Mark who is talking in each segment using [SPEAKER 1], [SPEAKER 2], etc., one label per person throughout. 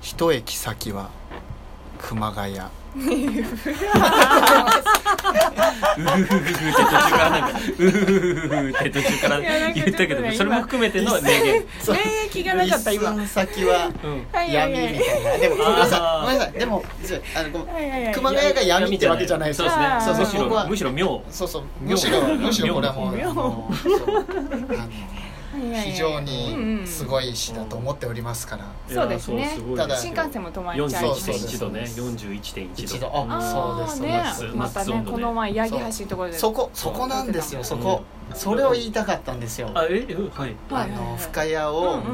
[SPEAKER 1] 一駅先は熊谷
[SPEAKER 2] うふふふふって途中からなんかうふふふふって途中から
[SPEAKER 3] いやなんか
[SPEAKER 2] 言ったけ
[SPEAKER 3] ちょっ
[SPEAKER 2] ど
[SPEAKER 3] とね
[SPEAKER 2] それも含めての名言
[SPEAKER 1] そう
[SPEAKER 3] 免疫がなかった今
[SPEAKER 1] 一寸先は
[SPEAKER 2] うん
[SPEAKER 3] はいはい
[SPEAKER 1] 闇
[SPEAKER 3] は
[SPEAKER 1] み
[SPEAKER 3] い
[SPEAKER 1] たいなでもごめんなさ
[SPEAKER 2] あ
[SPEAKER 1] い
[SPEAKER 2] ー
[SPEAKER 1] ごめんなさいでもじゃああのごめん
[SPEAKER 3] はいはいはい
[SPEAKER 1] 熊谷が闇ってわけじゃないです
[SPEAKER 2] そうですね
[SPEAKER 3] あ
[SPEAKER 2] む
[SPEAKER 3] ー
[SPEAKER 2] し
[SPEAKER 1] そうそう僕は
[SPEAKER 2] ろむしろ妙
[SPEAKER 1] そうそうむしろむしろこれはもうあ
[SPEAKER 2] 妙
[SPEAKER 1] のそうあの
[SPEAKER 3] はいはいはい
[SPEAKER 1] 非常にす
[SPEAKER 3] い、
[SPEAKER 1] ごい詩だと思っておりますから
[SPEAKER 3] そうですね
[SPEAKER 2] いやーそうごい
[SPEAKER 1] ただ
[SPEAKER 3] 新幹線も止まっちゃう
[SPEAKER 1] そう
[SPEAKER 3] し
[SPEAKER 1] そう
[SPEAKER 2] 41.1度ね41.1
[SPEAKER 1] 1
[SPEAKER 2] 度
[SPEAKER 1] 度あそう
[SPEAKER 3] あ
[SPEAKER 1] ですそう
[SPEAKER 3] ーね
[SPEAKER 1] です
[SPEAKER 3] ま
[SPEAKER 2] マッ
[SPEAKER 3] たね
[SPEAKER 2] ツンのね
[SPEAKER 3] この前八木橋のところで
[SPEAKER 1] そこそこなんですよそこそれを言いたかったんですよ
[SPEAKER 2] あえうんはい
[SPEAKER 1] あ
[SPEAKER 3] はいはいは
[SPEAKER 1] の
[SPEAKER 3] い
[SPEAKER 1] 深谷
[SPEAKER 3] うんうん
[SPEAKER 1] を
[SPEAKER 3] うん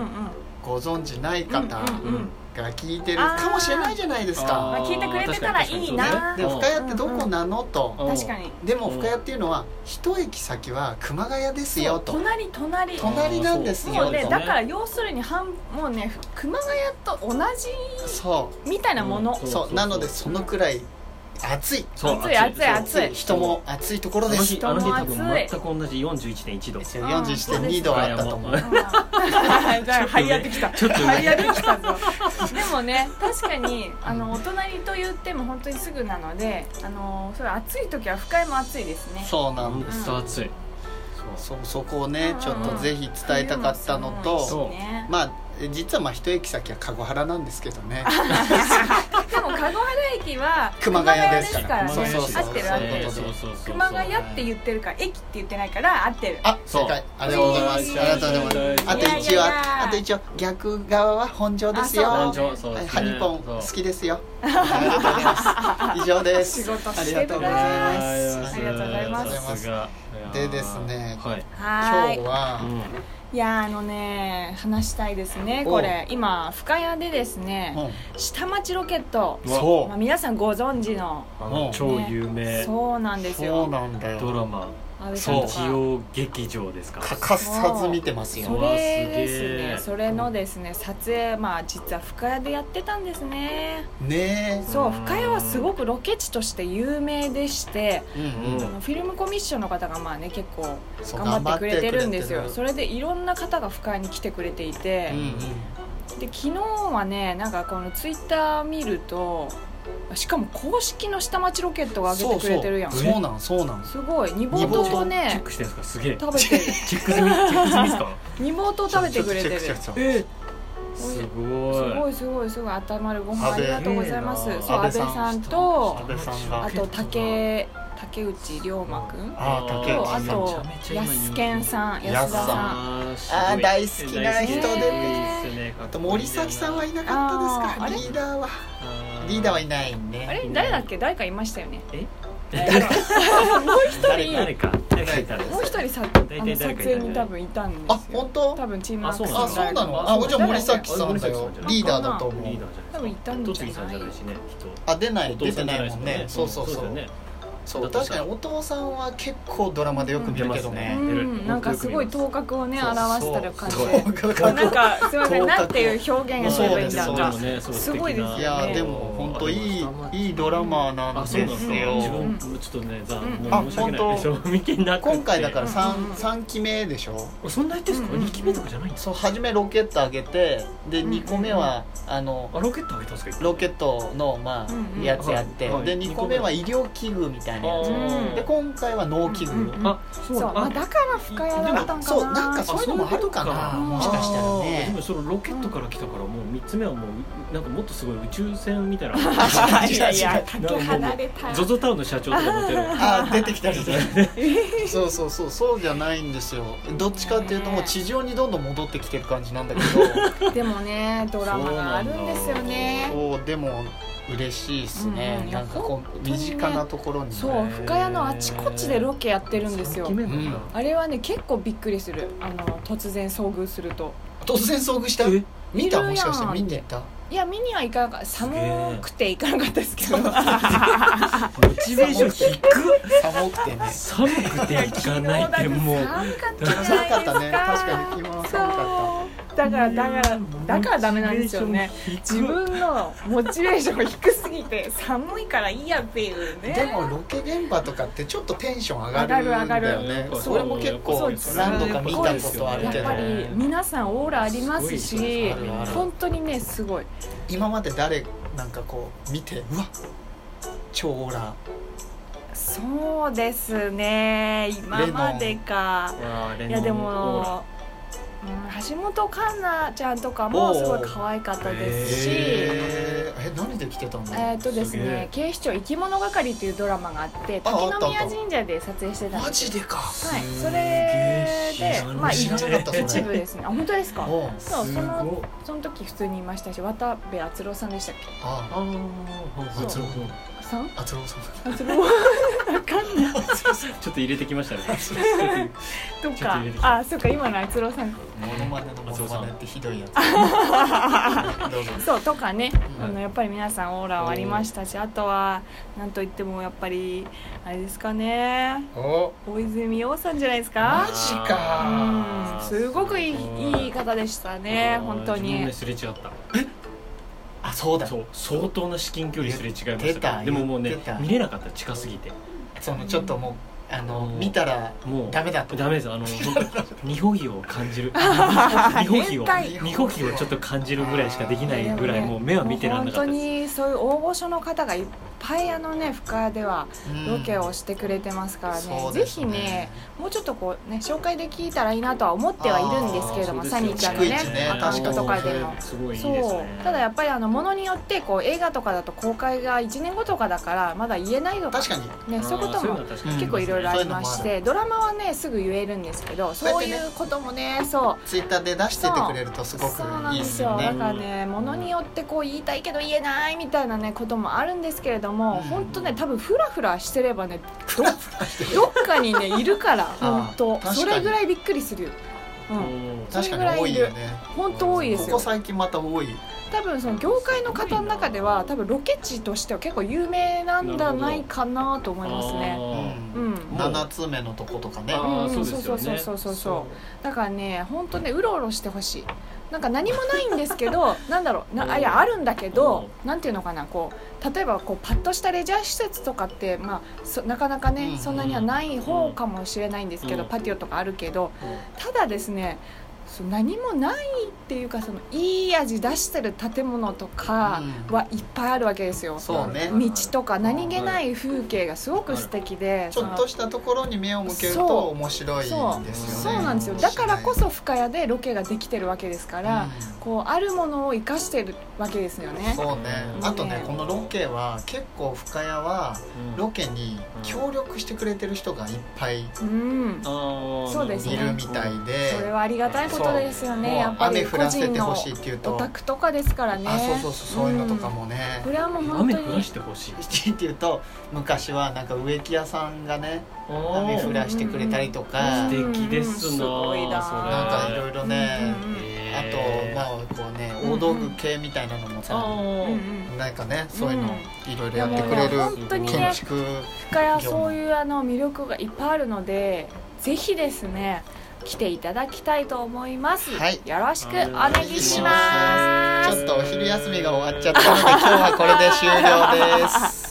[SPEAKER 1] ご存知ない方
[SPEAKER 3] うんうん
[SPEAKER 1] が聞いてるかもしれないじゃないです
[SPEAKER 3] ま
[SPEAKER 1] か
[SPEAKER 3] あ聞いてくれてたらいい
[SPEAKER 1] ね
[SPEAKER 3] な
[SPEAKER 1] で
[SPEAKER 2] あー
[SPEAKER 1] 深谷ってどこなのと
[SPEAKER 3] 確かに
[SPEAKER 1] でも深谷っていうのは一駅先は熊谷ですよと
[SPEAKER 3] 隣隣
[SPEAKER 2] 隣
[SPEAKER 1] 隣なんです
[SPEAKER 3] も
[SPEAKER 1] よ
[SPEAKER 3] うね
[SPEAKER 1] と
[SPEAKER 3] だから要するに半もうね熊谷と同じ
[SPEAKER 1] そ
[SPEAKER 3] みたいなもの、
[SPEAKER 1] う
[SPEAKER 2] うん
[SPEAKER 1] そうなのでそのくらい暑い
[SPEAKER 2] そう
[SPEAKER 3] 暑い暑い暑い
[SPEAKER 1] 人も暑いところ
[SPEAKER 2] あ
[SPEAKER 1] で
[SPEAKER 2] の
[SPEAKER 1] す
[SPEAKER 2] 日あの日多
[SPEAKER 3] 人も暑い
[SPEAKER 2] 分全く同じ41.1度
[SPEAKER 1] ですよ41.2度あったと思う
[SPEAKER 2] そう
[SPEAKER 3] うん じゃあ張り合ってきた
[SPEAKER 2] ちょっと上
[SPEAKER 3] 張り合ってきたぞ でもね確かにあのお隣と言っても本当にすぐなのであのそれ暑い時は深いも暑いですね
[SPEAKER 1] そうなん
[SPEAKER 2] 本
[SPEAKER 1] です
[SPEAKER 2] 当暑い
[SPEAKER 1] そうそこをねちょっとぜひ伝えたかったの
[SPEAKER 2] そう
[SPEAKER 1] と
[SPEAKER 3] 冬も寒いしね
[SPEAKER 1] まあ実はまあ一駅先は籠原なんですけどね
[SPEAKER 3] でも籠原駅は
[SPEAKER 1] 熊谷ですから
[SPEAKER 3] 熊谷ですか
[SPEAKER 1] そ
[SPEAKER 3] らね合っ
[SPEAKER 1] う
[SPEAKER 3] て
[SPEAKER 1] そうそう
[SPEAKER 3] る合って
[SPEAKER 1] そ
[SPEAKER 3] る
[SPEAKER 1] うそう
[SPEAKER 2] そう
[SPEAKER 3] 熊谷って言ってるから駅って言ってないから合ってる
[SPEAKER 1] あ
[SPEAKER 2] そ
[SPEAKER 1] 正
[SPEAKER 2] う
[SPEAKER 1] 解ありがとうございます
[SPEAKER 3] えー
[SPEAKER 1] ありがとうございますあと
[SPEAKER 3] い
[SPEAKER 1] 一応
[SPEAKER 3] やいやいや
[SPEAKER 1] あと一応逆側は本庄ですよ
[SPEAKER 3] あそう
[SPEAKER 1] は
[SPEAKER 3] だ
[SPEAKER 1] い
[SPEAKER 3] ね
[SPEAKER 1] ハニポン好きですよありがとうございます以上です
[SPEAKER 3] 仕事
[SPEAKER 1] あ
[SPEAKER 3] し
[SPEAKER 1] りが
[SPEAKER 3] て
[SPEAKER 1] とう
[SPEAKER 3] る
[SPEAKER 1] ござい
[SPEAKER 3] な
[SPEAKER 1] ます
[SPEAKER 3] ありがとうござい
[SPEAKER 1] あ
[SPEAKER 3] ます
[SPEAKER 1] りがとうございますでですね
[SPEAKER 2] はい
[SPEAKER 1] 今
[SPEAKER 3] は
[SPEAKER 1] 日
[SPEAKER 3] ーい
[SPEAKER 1] は
[SPEAKER 3] はいやーあのね話したいですねこれ今深谷でですね下町ロケット
[SPEAKER 2] う、ん
[SPEAKER 1] そ
[SPEAKER 3] まあ、
[SPEAKER 1] う
[SPEAKER 3] 皆さんご存知の
[SPEAKER 2] あの超有名
[SPEAKER 3] そうなんです
[SPEAKER 1] そう
[SPEAKER 3] よ
[SPEAKER 1] なんだ
[SPEAKER 2] ド
[SPEAKER 1] よ
[SPEAKER 2] ラマ
[SPEAKER 3] 安倍さん
[SPEAKER 2] 日
[SPEAKER 3] とか
[SPEAKER 2] 曜劇場ですか
[SPEAKER 1] 欠かさず見てます
[SPEAKER 3] そ
[SPEAKER 1] よ
[SPEAKER 2] うわすげ
[SPEAKER 3] れ
[SPEAKER 2] え
[SPEAKER 3] ですねそれのですね撮影まあ実は深谷でやってたんですね
[SPEAKER 1] ね
[SPEAKER 3] そううん深谷はすごくロケ地として有名でして
[SPEAKER 1] えうんうん
[SPEAKER 3] あのフィルムコミッションの方がまあね結構
[SPEAKER 1] そう
[SPEAKER 3] 頑張ってくれてるんですよ
[SPEAKER 1] 頑張って
[SPEAKER 3] それでいろんな方が深谷に来てくれてい
[SPEAKER 1] く
[SPEAKER 3] て
[SPEAKER 1] れてるうん
[SPEAKER 3] で昨日はねなんかこのツイッター見るとしかも公式の下町ロケットが上げてくれてるやん
[SPEAKER 1] そうそうそうなんそうなん
[SPEAKER 3] すごい煮ぼうとうと
[SPEAKER 2] チェッ
[SPEAKER 3] ね
[SPEAKER 2] クしてるんですかすげえ
[SPEAKER 3] 食べてる
[SPEAKER 2] チェック済みチェック済みですか
[SPEAKER 3] 煮ぼうとう食べてくれて る
[SPEAKER 1] ちょっとチェックしちゃった
[SPEAKER 2] え
[SPEAKER 3] す
[SPEAKER 2] すご
[SPEAKER 3] すご
[SPEAKER 2] い
[SPEAKER 3] いすごいすごい温まるご
[SPEAKER 1] 安
[SPEAKER 3] 飯あ
[SPEAKER 1] 倍
[SPEAKER 3] りがとうございます
[SPEAKER 2] ええな
[SPEAKER 3] そう安倍さんと
[SPEAKER 1] 安倍さんが
[SPEAKER 3] あと竹竹内涼真くん
[SPEAKER 1] あー竹
[SPEAKER 3] と
[SPEAKER 1] 内さ
[SPEAKER 3] あ
[SPEAKER 1] ん
[SPEAKER 3] とやすけんさん安田さん
[SPEAKER 2] あ
[SPEAKER 1] あー大好きな人で
[SPEAKER 2] あ
[SPEAKER 1] あと森崎さんはいなかったですか
[SPEAKER 3] あー
[SPEAKER 1] リーダーはリーダーはいないね
[SPEAKER 3] あれ誰だっけ誰かいましたよね
[SPEAKER 2] え
[SPEAKER 3] 誰かもう一
[SPEAKER 1] 誰
[SPEAKER 3] 人
[SPEAKER 2] 誰か誰かいたんです
[SPEAKER 3] もう一人さあ
[SPEAKER 2] 体
[SPEAKER 3] の
[SPEAKER 2] 誰かいた
[SPEAKER 3] 撮
[SPEAKER 2] ね
[SPEAKER 3] 影に多分いたんで
[SPEAKER 1] あ
[SPEAKER 3] すよ
[SPEAKER 1] 本当
[SPEAKER 3] 多分チームワークス
[SPEAKER 1] あ
[SPEAKER 2] あ
[SPEAKER 1] そうなの
[SPEAKER 2] 誰
[SPEAKER 1] あ
[SPEAKER 2] か
[SPEAKER 1] じゃあ森崎さんだよ
[SPEAKER 2] 誰だっけ
[SPEAKER 1] リーダーだと思
[SPEAKER 2] リー
[SPEAKER 1] う
[SPEAKER 2] ダーじゃないですか
[SPEAKER 3] 多分いたんじゃな
[SPEAKER 2] 戸次
[SPEAKER 3] い
[SPEAKER 2] さんじゃないしねきっと
[SPEAKER 1] あ出ない
[SPEAKER 2] お
[SPEAKER 1] 出
[SPEAKER 2] 父さ
[SPEAKER 1] て
[SPEAKER 2] んじゃ
[SPEAKER 1] ない
[SPEAKER 2] です
[SPEAKER 1] も
[SPEAKER 2] か
[SPEAKER 1] ん
[SPEAKER 2] ね
[SPEAKER 1] ねそうそうそう
[SPEAKER 2] だよね
[SPEAKER 1] そう確かにお父さんは結構ドラマでよく見るけど
[SPEAKER 3] う
[SPEAKER 1] ね
[SPEAKER 3] んなんかすごい頭角をね
[SPEAKER 2] そう
[SPEAKER 3] 表してる感じ
[SPEAKER 2] そう
[SPEAKER 3] で
[SPEAKER 1] そう
[SPEAKER 3] なんかすいません
[SPEAKER 1] 頭角
[SPEAKER 3] なんていう表現がすればいいんだろう
[SPEAKER 1] そう
[SPEAKER 3] か
[SPEAKER 1] です
[SPEAKER 3] すごいですよね
[SPEAKER 1] いやでも本当いいいいドラマーなん
[SPEAKER 2] あ
[SPEAKER 1] です
[SPEAKER 2] そう
[SPEAKER 1] よ
[SPEAKER 2] なんですか自分もちょっとねざ
[SPEAKER 3] うん
[SPEAKER 2] 申し訳ないですよ見てなくて
[SPEAKER 1] 今回だから
[SPEAKER 3] うんう
[SPEAKER 1] 三
[SPEAKER 3] んうん
[SPEAKER 1] 三期目でしょ
[SPEAKER 2] そんな言ってんすか
[SPEAKER 3] うんうん
[SPEAKER 2] 二期目とかじゃないんです
[SPEAKER 1] そう初めロケット上げてで
[SPEAKER 3] うん
[SPEAKER 1] 二個目はあの
[SPEAKER 2] かあロケット上げたんですか
[SPEAKER 1] ロケットのま
[SPEAKER 3] うんう
[SPEAKER 1] あ
[SPEAKER 3] ん
[SPEAKER 1] やつやって
[SPEAKER 2] はいはい
[SPEAKER 1] で2個目は医療器具みたいなや
[SPEAKER 2] あ
[SPEAKER 1] つ
[SPEAKER 2] ー
[SPEAKER 1] で今回は脳器具
[SPEAKER 3] うんうん
[SPEAKER 2] あそう
[SPEAKER 3] そうまあだから深谷だったんかな
[SPEAKER 1] そうなんかそういうのもあるかな
[SPEAKER 2] あ
[SPEAKER 1] もしかしたら
[SPEAKER 2] で
[SPEAKER 1] ね
[SPEAKER 2] もそのロケットから来たからもう三つ目はもうなんかもっとすごい宇宙船みた いな
[SPEAKER 3] いやいやかけ離れた
[SPEAKER 2] ゾゾタウンの社長とか持ってる
[SPEAKER 1] あー出てきたり してそうそうそうそうじゃないんですよどっちかっていうともう地上にどんどん戻ってきてる感じなんだけ ど
[SPEAKER 3] でもねドラマがあるんですよね
[SPEAKER 1] そうでも嬉しいですね、
[SPEAKER 3] うんいや
[SPEAKER 1] なんかこう
[SPEAKER 3] 本当にね
[SPEAKER 1] 身近なところにね
[SPEAKER 3] そう
[SPEAKER 2] へー
[SPEAKER 3] 深谷のあちこちでロケやってるんですよ
[SPEAKER 2] 三期目なんだ
[SPEAKER 3] あれはね結構びっくりするあの突然遭遇すると
[SPEAKER 1] 突然遭遇した
[SPEAKER 2] え
[SPEAKER 1] 見た
[SPEAKER 3] いるやん
[SPEAKER 1] もしかして見に行 った
[SPEAKER 3] いや見には行かなかった
[SPEAKER 2] げえ
[SPEAKER 3] 寒くて行かなかったですけど
[SPEAKER 2] モチベーション低っ
[SPEAKER 1] 寒くてね
[SPEAKER 2] 寒くて行かないってもう
[SPEAKER 3] 寒かった
[SPEAKER 1] 寒
[SPEAKER 3] じゃないです
[SPEAKER 1] かったね確かに昨日寒かっ
[SPEAKER 3] そうだからだからだからダメなんですよね自分のモチベーション低すぎて寒いからいいやっていうね
[SPEAKER 1] でもロケ現場とかってちょっとテンション上が
[SPEAKER 3] 上が
[SPEAKER 1] る
[SPEAKER 3] る
[SPEAKER 1] ん
[SPEAKER 3] 上
[SPEAKER 1] だ
[SPEAKER 3] がる
[SPEAKER 1] よね
[SPEAKER 2] そう
[SPEAKER 1] それも結構
[SPEAKER 3] そう
[SPEAKER 1] 何度か見たことあるけど
[SPEAKER 3] やっぱり皆さんオーラあります
[SPEAKER 2] すごい
[SPEAKER 3] し
[SPEAKER 2] で
[SPEAKER 1] ね
[SPEAKER 2] す
[SPEAKER 1] あるある
[SPEAKER 3] 本当にねすごい
[SPEAKER 1] 今まで誰なんかこう見てうわ超オーラ
[SPEAKER 3] そうですね今までか
[SPEAKER 2] あー
[SPEAKER 3] いやで
[SPEAKER 2] オーラ
[SPEAKER 3] も、うん、橋本環奈ちゃんとかもすごい可愛かったですし
[SPEAKER 2] おー
[SPEAKER 3] え
[SPEAKER 1] えーえ何で来てたの
[SPEAKER 3] ーっとです
[SPEAKER 2] すげえ
[SPEAKER 3] ね「警視庁生き物係」というドラマがあって
[SPEAKER 1] ああ
[SPEAKER 3] 滝
[SPEAKER 1] った
[SPEAKER 3] 宮神社で撮影してたん
[SPEAKER 1] マ
[SPEAKER 3] です
[SPEAKER 1] ジでか
[SPEAKER 3] はい
[SPEAKER 2] す
[SPEAKER 3] それ
[SPEAKER 2] げえ
[SPEAKER 3] でまあ
[SPEAKER 1] 知
[SPEAKER 3] 一
[SPEAKER 1] らなかったそ
[SPEAKER 3] 一
[SPEAKER 1] れ
[SPEAKER 3] 部ですねあ本当ですか
[SPEAKER 1] おう
[SPEAKER 3] そうそ
[SPEAKER 2] すご
[SPEAKER 3] の
[SPEAKER 2] い
[SPEAKER 3] その時普通にいましたし渡部篤郎さんでしたっ
[SPEAKER 1] あ
[SPEAKER 2] あー
[SPEAKER 3] そう
[SPEAKER 2] あつろ君
[SPEAKER 3] けさん
[SPEAKER 1] あつろうさん
[SPEAKER 3] 篤郎わかんない
[SPEAKER 2] ちょっと入れてきましたねち
[SPEAKER 3] と
[SPEAKER 2] ょっと
[SPEAKER 3] か
[SPEAKER 2] 入れてきた
[SPEAKER 3] あそうか今の篤郎さんか
[SPEAKER 1] モノマネのモノマネってひどいやつどうぞ
[SPEAKER 3] そうとかね、
[SPEAKER 1] うん
[SPEAKER 3] あのやっぱり皆さんオーラはありましたしあとはなんといってもやっぱりあれですかね
[SPEAKER 1] お
[SPEAKER 3] 大泉洋さんじゃないです
[SPEAKER 1] マ
[SPEAKER 3] か
[SPEAKER 1] ジ
[SPEAKER 3] うん
[SPEAKER 1] か
[SPEAKER 3] すごくいい
[SPEAKER 2] うん
[SPEAKER 3] いい方でした ね本当
[SPEAKER 2] 自分
[SPEAKER 3] に
[SPEAKER 2] ねすれ違った
[SPEAKER 1] あそうだ
[SPEAKER 2] そう相当な至近距離すれ違いま
[SPEAKER 1] 出
[SPEAKER 2] した
[SPEAKER 1] た
[SPEAKER 2] でももうね
[SPEAKER 1] 出た
[SPEAKER 2] 見れなかった近すぎて
[SPEAKER 1] そのちょっともうあの
[SPEAKER 2] うん
[SPEAKER 1] 見たら
[SPEAKER 2] もう
[SPEAKER 1] ダメだと
[SPEAKER 2] ダメですあの本当にほぎを感 じるにほぎを
[SPEAKER 3] 変態
[SPEAKER 2] にほぎをちょっと感じるぐらいしかできないぐらいもう目は見てらんなかった
[SPEAKER 3] もう
[SPEAKER 2] です
[SPEAKER 3] 本当にそういう大御所の方がいっぱいあのね深谷では
[SPEAKER 1] うん
[SPEAKER 3] ロケをしてくれてますからね,、
[SPEAKER 1] そう
[SPEAKER 3] ぜ
[SPEAKER 1] です
[SPEAKER 3] ひねもうちょっとこうね紹介できたらいいなとは思ってはいるんですけれども
[SPEAKER 1] あー
[SPEAKER 3] サニーちゃんのね
[SPEAKER 1] そうですよ
[SPEAKER 3] アカウントとかでも
[SPEAKER 1] 確。
[SPEAKER 2] すごいいいですね
[SPEAKER 3] そうただやっぱりあのものによってこう映画とかだと公開が1年後とかだからまだ言えないとか
[SPEAKER 1] 確かに
[SPEAKER 3] ねそういうことも結構いろいろありま
[SPEAKER 1] そ
[SPEAKER 3] し
[SPEAKER 1] うい
[SPEAKER 3] てドラマはねすぐ言えるんですけど
[SPEAKER 1] そうやっ
[SPEAKER 3] そう
[SPEAKER 1] て
[SPEAKER 3] い
[SPEAKER 1] ね
[SPEAKER 3] うこともねそ
[SPEAKER 1] ツイッターで出しててくれるとす
[SPEAKER 3] う
[SPEAKER 1] ごく
[SPEAKER 3] そうないん
[SPEAKER 1] いで
[SPEAKER 3] で
[SPEAKER 1] すす
[SPEAKER 3] よ
[SPEAKER 1] よ
[SPEAKER 3] だ
[SPEAKER 1] ね
[SPEAKER 3] からねものによってこう言いたいけど言えないみたいなねこともあるんですけれども
[SPEAKER 1] うん
[SPEAKER 3] 本当ね多分フラフラしてればね
[SPEAKER 1] ふらふらしてる
[SPEAKER 3] どっかにねいるから本
[SPEAKER 1] あー確か
[SPEAKER 3] 当
[SPEAKER 1] に
[SPEAKER 3] それぐらいびっくりするうん
[SPEAKER 2] う
[SPEAKER 1] 確かに多いよね
[SPEAKER 3] 本当多いで
[SPEAKER 1] こ
[SPEAKER 3] す
[SPEAKER 1] こ
[SPEAKER 3] よ
[SPEAKER 1] 最近また多い
[SPEAKER 3] 多分その業界の方の中では多分ロケ地としては結構有名なんじゃないかなと思いますね
[SPEAKER 1] う
[SPEAKER 3] うん
[SPEAKER 2] ん
[SPEAKER 3] ん
[SPEAKER 1] 7つ目のとことかね
[SPEAKER 2] あーそうですよね
[SPEAKER 3] そうそうそうそうそうだからね本当ねうろうろしてほしいなんか何もないんですけ どなんだろうなあいやあるんだけどなんていうのかなこう例えばこうパッとしたレジャー施設とかって、まあ、そなかなかね、
[SPEAKER 1] うん
[SPEAKER 3] そんなにはない方かもしれないんですけど、
[SPEAKER 2] うん
[SPEAKER 3] パティオとかあるけどただですねそう何もないっていうかそのいい味出してる建物とかはいっぱいあるわけですよ、
[SPEAKER 1] そうね
[SPEAKER 3] 道とか何気ない風景がすごく素敵で、
[SPEAKER 1] ちょっとしたところに目を向けると面白いんです
[SPEAKER 3] そ
[SPEAKER 1] よ
[SPEAKER 3] う
[SPEAKER 1] ね
[SPEAKER 3] なんですよだからこそ深谷でロケができてるわけですから、こうあるものを生かしてるわけですよ
[SPEAKER 1] うん
[SPEAKER 3] ね
[SPEAKER 1] そうねあとねこのロケは結構深谷はロケに協力してくれてる人がいっぱいい
[SPEAKER 3] うんそうですね
[SPEAKER 1] るみたいで
[SPEAKER 3] それはありがたいことですよねや
[SPEAKER 1] もう
[SPEAKER 3] っぱ
[SPEAKER 1] 雨
[SPEAKER 3] り
[SPEAKER 1] 降
[SPEAKER 3] 個
[SPEAKER 1] らせ
[SPEAKER 3] 人
[SPEAKER 1] て
[SPEAKER 3] の
[SPEAKER 1] ほしいっていう
[SPEAKER 3] お
[SPEAKER 1] と
[SPEAKER 3] 宅とかですからね
[SPEAKER 1] あそうそうそうそういうのとかもね
[SPEAKER 3] これはもう本
[SPEAKER 2] 雨
[SPEAKER 3] 当
[SPEAKER 2] 降ら
[SPEAKER 3] に
[SPEAKER 2] してほしい
[SPEAKER 1] 一っていうと昔はなんか植木屋さんがね雨降らしてくれたりと
[SPEAKER 3] う
[SPEAKER 1] か
[SPEAKER 3] ん
[SPEAKER 2] 素敵ですな
[SPEAKER 3] すごいな
[SPEAKER 1] なんかいろいろね
[SPEAKER 3] うんうんうん
[SPEAKER 1] あとまあこうね大道具系みたいなのもさ
[SPEAKER 3] うんうん
[SPEAKER 1] なんかねそういうのいろいろやって
[SPEAKER 3] い
[SPEAKER 1] く
[SPEAKER 3] や
[SPEAKER 1] れ
[SPEAKER 3] もう
[SPEAKER 1] る
[SPEAKER 3] 本当に
[SPEAKER 1] 建
[SPEAKER 3] ね
[SPEAKER 1] 築
[SPEAKER 3] 深谷はそういうあの魅力がいっぱいあるのでぜひですね来ていただきたいと思います、
[SPEAKER 1] はい
[SPEAKER 3] よろしくお願いします
[SPEAKER 1] ちょっとお昼休みが終わっちゃったので今日はこれで終了です